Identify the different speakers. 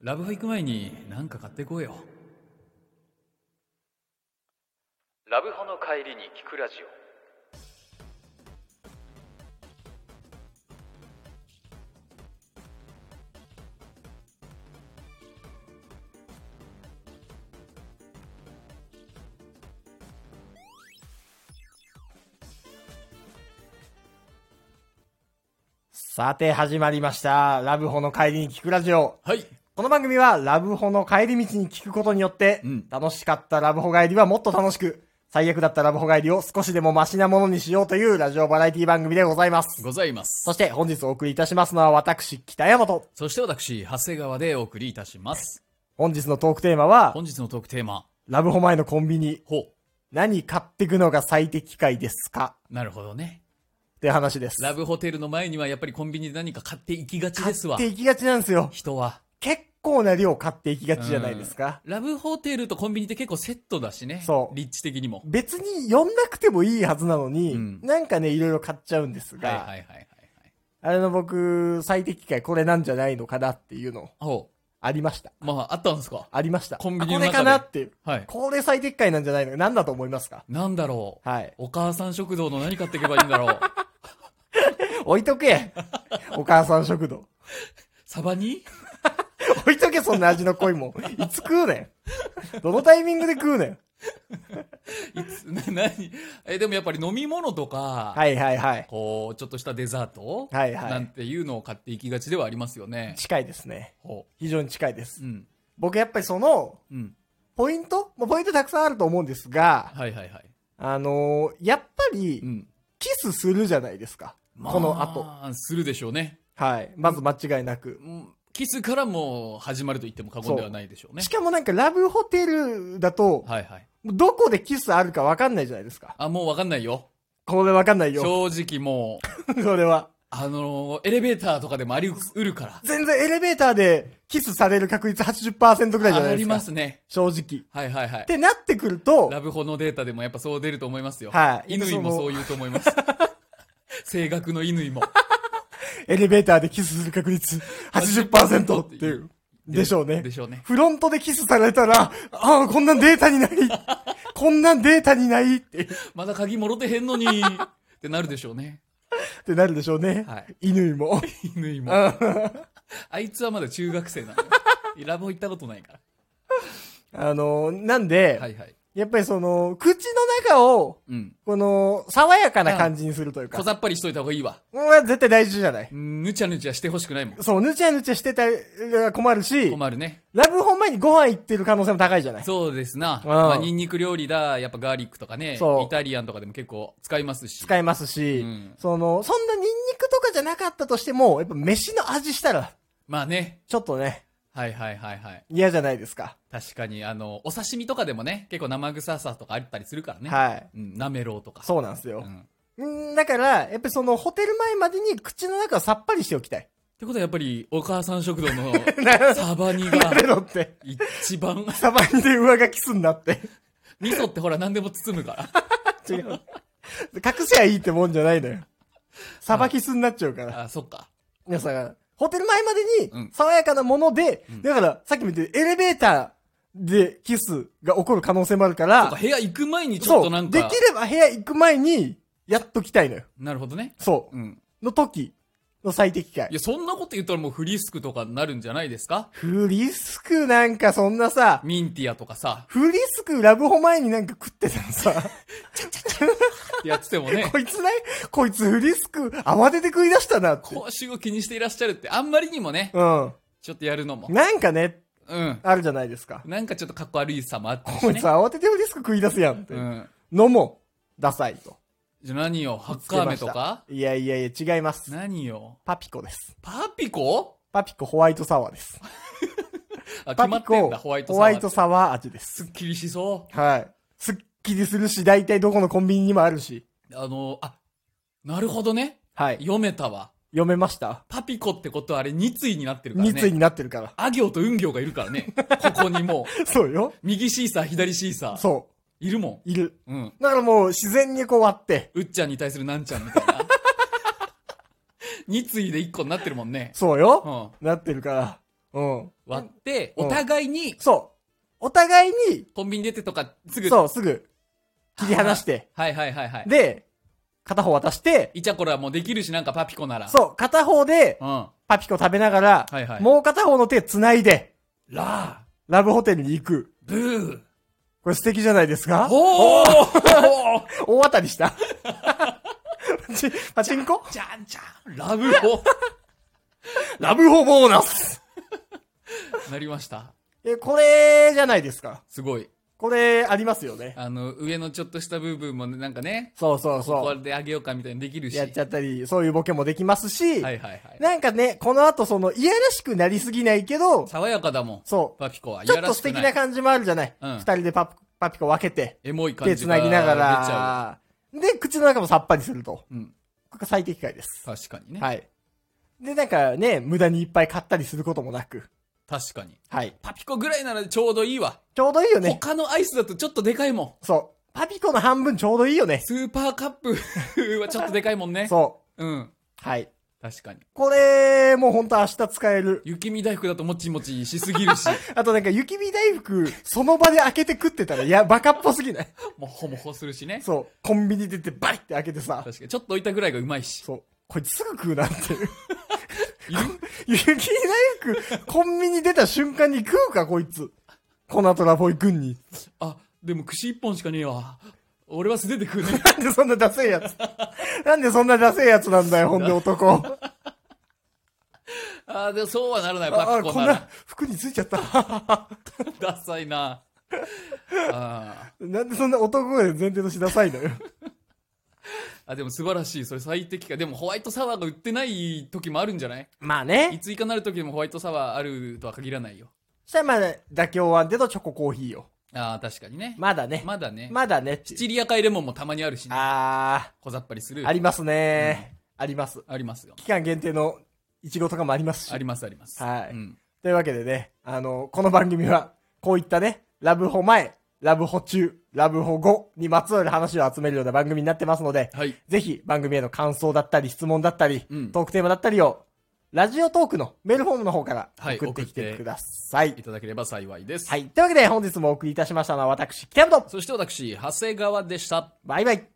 Speaker 1: ラブホ行く前に何か買ってこうよラブホの帰りに聞くラジ
Speaker 2: さて、始まりました。ラブホの帰りに聞くラジオ。
Speaker 1: オはい
Speaker 2: この番組は、ラブホの帰り道に聞くことによって、
Speaker 1: うん
Speaker 2: 楽しかったラブホ帰りはもっと楽しく、最悪だったラブホ帰りを少しでもマシなものにしようというラジオバラエティ番組でございます。
Speaker 1: ございます
Speaker 2: そして、本日お送りいたしますのは、私、北山と、
Speaker 1: そして私長谷川でお送りいたします
Speaker 2: 本日のトークテーマは、
Speaker 1: 本日のトークテーマ
Speaker 2: ラブホ前のコンビニ、
Speaker 1: ほ
Speaker 2: 何買ってくのが最適解ですか
Speaker 1: うなるほどね
Speaker 2: って話です。
Speaker 1: ラブホテルの前にはやっぱりコンビニで何か買っていきがちですわ
Speaker 2: 買っていきがちなんですよ。
Speaker 1: 人は
Speaker 2: 結構な量買っていきがちじゃないですか。
Speaker 1: ラブホテルとコンビニって結構セットだしね
Speaker 2: そう
Speaker 1: 立地的にも
Speaker 2: 別に読んなくてもいいはずなのに、
Speaker 1: うん
Speaker 2: なんかね、いろいろ買っちゃうんですが、
Speaker 1: はいはいはいはいはい
Speaker 2: あれの僕、最適解これなんじゃないのかなっていうの、
Speaker 1: ほ
Speaker 2: ありました。
Speaker 1: うまああったんですか
Speaker 2: ありました。
Speaker 1: コンビニの
Speaker 2: あこれ
Speaker 1: 中
Speaker 2: か
Speaker 1: で
Speaker 2: なっていう。
Speaker 1: はい
Speaker 2: これ最適解なんじゃないの何だと思いますか
Speaker 1: なんだろう
Speaker 2: はい。
Speaker 1: お母さん食堂の何買っていけばいいんだろう
Speaker 2: 置いとけお母さん食堂。
Speaker 1: サバに
Speaker 2: 置いとけ、そんな味の濃いもん。いつ食うねん。どのタイミングで食うねん。
Speaker 1: いつな何 えでもやっぱり飲み物とか、
Speaker 2: はいはいはい。
Speaker 1: こうちょっとしたデザート、
Speaker 2: はいはい
Speaker 1: なんていうのを買っていきがちではありますよね。
Speaker 2: 近いですね。
Speaker 1: ほ
Speaker 2: 非常に近いです
Speaker 1: う。うん
Speaker 2: 僕やっぱりその、
Speaker 1: うん
Speaker 2: ポイントもうポイントたくさんあると思うんですが、
Speaker 1: はいはいはい。
Speaker 2: あのーやっぱり、
Speaker 1: うん
Speaker 2: キスするじゃないですか。この後。
Speaker 1: まあするでしょうね。
Speaker 2: はい。まず間違いなく。
Speaker 1: うんキスからもう始まると言っても過言ではないでしょうね
Speaker 2: し。かもなんかラブホテルだと、
Speaker 1: はいはい。
Speaker 2: どこでキスあるかわかんないじゃないですか。
Speaker 1: あもうわかんないよ。
Speaker 2: これわかんないよ。
Speaker 1: 正直もう
Speaker 2: それは。
Speaker 1: あのエレベーターとかでもありうるから。
Speaker 2: 全然エレベーターでキスされる確率80%ぐらいじゃな
Speaker 1: あ
Speaker 2: いで
Speaker 1: り
Speaker 2: すか。
Speaker 1: ますね。
Speaker 2: 正直。
Speaker 1: はいはいはい
Speaker 2: っ。てなってくると、
Speaker 1: ラブホのデータでもやっぱそう出ると思いますよ。
Speaker 2: はい
Speaker 1: 乾もそう言うと思い ます。声楽の乾も。
Speaker 2: エレベーターでキスする確率80%っていう。でしょうね
Speaker 1: で。しょうね。
Speaker 2: フロントでキスされたら、ああ、こんなんデータにない。こんなんデータにないってっ
Speaker 1: まだ鍵もろてへんの に、ってなるでしょうね。
Speaker 2: てなるでしょうね。
Speaker 1: はい。
Speaker 2: 犬も。
Speaker 1: 乾も。あいつはまだ中学生 なのよ。ラボ行ったことないか
Speaker 2: あのーなんで、
Speaker 1: ら。はいはい。
Speaker 2: やっぱりその、口の中を、
Speaker 1: うん。
Speaker 2: この、爽やかな感じにするというか
Speaker 1: 小、ざっぱりしといた方がいいわ。
Speaker 2: これは絶対大事じゃない。
Speaker 1: ぬちゃぬちゃしてほしくないもん。
Speaker 2: そう、ぬちゃぬちゃしてたら困るし、
Speaker 1: 困るね。
Speaker 2: ラブホン前にご飯行ってる可能性も高いじゃない。
Speaker 1: そうですな。
Speaker 2: うん
Speaker 1: まあ、ニンニク料理だ、やっぱガーリックとかね。
Speaker 2: そう
Speaker 1: イタリアンとかでも結構使いますし。
Speaker 2: 使えますし、
Speaker 1: うん
Speaker 2: その、そんなニンニクとかじゃなかったとしても、やっぱ飯の味したら、
Speaker 1: まあね。
Speaker 2: ちょっとね、
Speaker 1: はいはいはいはい。
Speaker 2: 嫌じゃないですか。
Speaker 1: 確かに、あの、お刺身とかでもね、結構生臭さとかあったりするからね。
Speaker 2: はい。
Speaker 1: うん、なめろうとか。
Speaker 2: そうなんですよ
Speaker 1: う。ん。っ
Speaker 2: うん、だから、やっぱりその、ホテル前までに口の中をさっぱりしておきたい。
Speaker 1: てことはやっぱり、お 母さん食堂 の
Speaker 2: なる
Speaker 1: サバニ
Speaker 2: ほど。な
Speaker 1: が
Speaker 2: るほどって。
Speaker 1: 一 番、
Speaker 2: サバにで上書きすんなって。
Speaker 1: 味噌ってほら何でも包むから。
Speaker 2: 違う。隠せばいいってもんじゃないのよ。さばきすになっちゃうから。
Speaker 1: あ、そっか。
Speaker 2: 皆さんが、ホテル前ま
Speaker 1: う
Speaker 2: で
Speaker 1: ん
Speaker 2: に、爽やかなもので、
Speaker 1: ん
Speaker 2: だから、さっきも言ってエレベーターでキスが起こる可能性もある
Speaker 1: そ
Speaker 2: か、
Speaker 1: っから部屋行く前にちょっ
Speaker 2: そ
Speaker 1: とな
Speaker 2: う、
Speaker 1: ん
Speaker 2: で
Speaker 1: か。
Speaker 2: きれば部屋行く前に、やっときたいのよ。
Speaker 1: なるほどね。
Speaker 2: そ
Speaker 1: うん。
Speaker 2: う。の時の最適解
Speaker 1: い。や、そんなこと言ったらもうフリスクとかになるんじゃないですか
Speaker 2: フリスクなんかそんなさ、
Speaker 1: ミンティアとかさ、
Speaker 2: フリスクラブホ前になんか食ってたのさ、
Speaker 1: ってやってても ね、
Speaker 2: こいつね、こいつフリスク慌てて食い出したなって。
Speaker 1: 口臭を気にしていらっしゃるって、あんまりにもね、
Speaker 2: うん。
Speaker 1: ちょっとやるのも。
Speaker 2: なんかね、
Speaker 1: うん。
Speaker 2: あるじゃないですか。
Speaker 1: なんかちょっとかっこ悪いさもあって
Speaker 2: こい
Speaker 1: ね。
Speaker 2: つ慌ててフリスク食い出すやんって。
Speaker 1: うん。
Speaker 2: のも、ダサいと。
Speaker 1: じゃあ何よ、ハッカーメとか
Speaker 2: いやいやいや、違います。
Speaker 1: 何よ、
Speaker 2: パピコです。
Speaker 1: パピコ
Speaker 2: パピコホワイトサワーです。
Speaker 1: あ、決
Speaker 2: パ
Speaker 1: まっ
Speaker 2: ピ
Speaker 1: てん
Speaker 2: コ
Speaker 1: だ、ホワイトサ
Speaker 2: ホ
Speaker 1: ワ
Speaker 2: ワ
Speaker 1: ーっ
Speaker 2: イ
Speaker 1: て
Speaker 2: ト。サワー味ですす
Speaker 1: っ。きりしそ
Speaker 2: はい。すっきりするし、大体どこのコンビニにもあるし。
Speaker 1: う。あの、あ、なるほどね。
Speaker 2: はい。
Speaker 1: 読めたわ。
Speaker 2: 読めました
Speaker 1: パピコってことはあれ、二対になってるからね。
Speaker 2: 二対になってるから。
Speaker 1: あ行と運行がいるからね。ここにもう、
Speaker 2: そうよ。
Speaker 1: 右シーサー、左シーサー。
Speaker 2: そ
Speaker 1: いるも
Speaker 2: う。いる。
Speaker 1: ん。うん。
Speaker 2: だからもう自然にこう割って。
Speaker 1: うっちゃんに対するなんちゃんみたいな。二対で一個になってるもんね。
Speaker 2: そうよ。
Speaker 1: う
Speaker 2: なってるから。うん。
Speaker 1: 割って、
Speaker 2: うん
Speaker 1: お互いに、
Speaker 2: そう。お互いに、
Speaker 1: コンビニ出てとか、すぐ、
Speaker 2: そう、すぐ、切り離して、
Speaker 1: はいはいはいはい。
Speaker 2: で、片方渡して、
Speaker 1: イチャコラもできるし、なんかパピコなら。
Speaker 2: そう、片方で
Speaker 1: う。ん。は
Speaker 2: パピコ食べながら、
Speaker 1: いはい。
Speaker 2: もう片方の手繋いで、
Speaker 1: ラ
Speaker 2: ラブホテルに行く。
Speaker 1: ー、ブー。
Speaker 2: これ素敵じゃないですか
Speaker 1: お ーおー
Speaker 2: 大当たりした パチパチンコ
Speaker 1: じゃんじゃんラブホ
Speaker 2: ラブホボーナス
Speaker 1: なりました。
Speaker 2: え、これじゃないですか。
Speaker 1: すごい。
Speaker 2: これありますよね。
Speaker 1: あの、上のちょっとした部分もなんかね、
Speaker 2: そうそう
Speaker 1: こ
Speaker 2: そ
Speaker 1: こであげようかみたいにできる
Speaker 2: う。
Speaker 1: し。
Speaker 2: やっちゃったり、そういうボケもできますし、
Speaker 1: はいはいはい。
Speaker 2: なんかね、この後その、いやらしくなりすぎないけど、
Speaker 1: 爽やかだもん。
Speaker 2: そ
Speaker 1: パピコは。
Speaker 2: う、
Speaker 1: い
Speaker 2: ちょ
Speaker 1: や
Speaker 2: っ
Speaker 1: ら
Speaker 2: と
Speaker 1: し
Speaker 2: 素
Speaker 1: く
Speaker 2: 敵
Speaker 1: な。
Speaker 2: ない感じもあるじゃない。
Speaker 1: う
Speaker 2: 二、
Speaker 1: ん
Speaker 2: 人でパピパピコ分けて、
Speaker 1: エモい感
Speaker 2: 手
Speaker 1: じ
Speaker 2: 繋ぎなが
Speaker 1: 出ちゃ
Speaker 2: ら、で、口の中もさっぱりすると。
Speaker 1: う。うん。
Speaker 2: これ最適解です。
Speaker 1: 確かにね。
Speaker 2: はい。で、なんかね、無駄にいっぱい買ったりすることもなく。
Speaker 1: 確かに。
Speaker 2: はい。
Speaker 1: パピコぐらいならちょうどいいわ。
Speaker 2: ちょうどいいよね。
Speaker 1: 他のアイスだとちょっとでかいもん。
Speaker 2: そう。パピコの半分ちょうどいいよね。
Speaker 1: スーパーカップ はちょっとでかいもんね。。
Speaker 2: そう
Speaker 1: うん。
Speaker 2: う。はい。
Speaker 1: 確かに。
Speaker 2: これ、もうほんと明日使える。
Speaker 1: 雪見大福だともちもちしすぎるし、
Speaker 2: あとなんか雪見大福、その場で開けて食ってたら、いや、バカっぽすぎない。
Speaker 1: もほもほするしね。
Speaker 2: そう。コンビニ出てバイって開けてさ。
Speaker 1: 確かに。ちょっと置いたぐらいがうまいし。
Speaker 2: そう。こいつすぐ食うなっていう。
Speaker 1: いる
Speaker 2: 雪見大福、コンビニ出た瞬間に食うか、こいつ。この後ラボ行くんに。
Speaker 1: あ、でも串一本しかねえわ。俺は素手で 食うね。
Speaker 2: なんでそんなダセえやつ。なんでそんなダセえやつなんだよ、ほんで男。
Speaker 1: あーでもそうはならない、
Speaker 2: あ
Speaker 1: パ
Speaker 2: あ、
Speaker 1: ピコ
Speaker 2: こん
Speaker 1: な
Speaker 2: な
Speaker 1: ら。
Speaker 2: 服についちゃった。
Speaker 1: ダサいな。あ
Speaker 2: なんでそんな男が前提としてダサいのよ。
Speaker 1: ーあ、でも素晴らしい。それ最適化。でもホワイトサワーが売ってない時もあるんじゃない
Speaker 2: まあ
Speaker 1: い
Speaker 2: ね。
Speaker 1: ついかなる時でもホワイトサワーあるとは限らないよ。
Speaker 2: そしたらまあ、妥協はんでとチョココーヒーよ。
Speaker 1: ああ、確かにね。
Speaker 2: まだね。
Speaker 1: まだね。
Speaker 2: まだねってい
Speaker 1: シ
Speaker 2: う
Speaker 1: チリア海レモンもたまにあるしね。
Speaker 2: あ
Speaker 1: 小ざっぱりする。
Speaker 2: ー、ありますね、あります。
Speaker 1: ありますよ。
Speaker 2: 期間限定のイチゴとかもありますし。
Speaker 1: ありますあります。
Speaker 2: はい
Speaker 1: うん。
Speaker 2: というわけでね、あの、この番組は、こういったね、ラブホ前、ラブホ中、ラブホ後にまつわる話を集めるような番組になってますので、
Speaker 1: はい。
Speaker 2: ぜひ番組への感想だったり、質問だったり、
Speaker 1: うん
Speaker 2: トークテーマだったりを、ラジオトークのメールフォームの方から
Speaker 1: はい
Speaker 2: 送っ
Speaker 1: 送
Speaker 2: てき
Speaker 1: ってて
Speaker 2: ください。はい
Speaker 1: い。ただければ幸いです。
Speaker 2: というわけで本日もお送りいたしましたのは私、北山と、
Speaker 1: そして私、長谷川でした。
Speaker 2: バイバイ。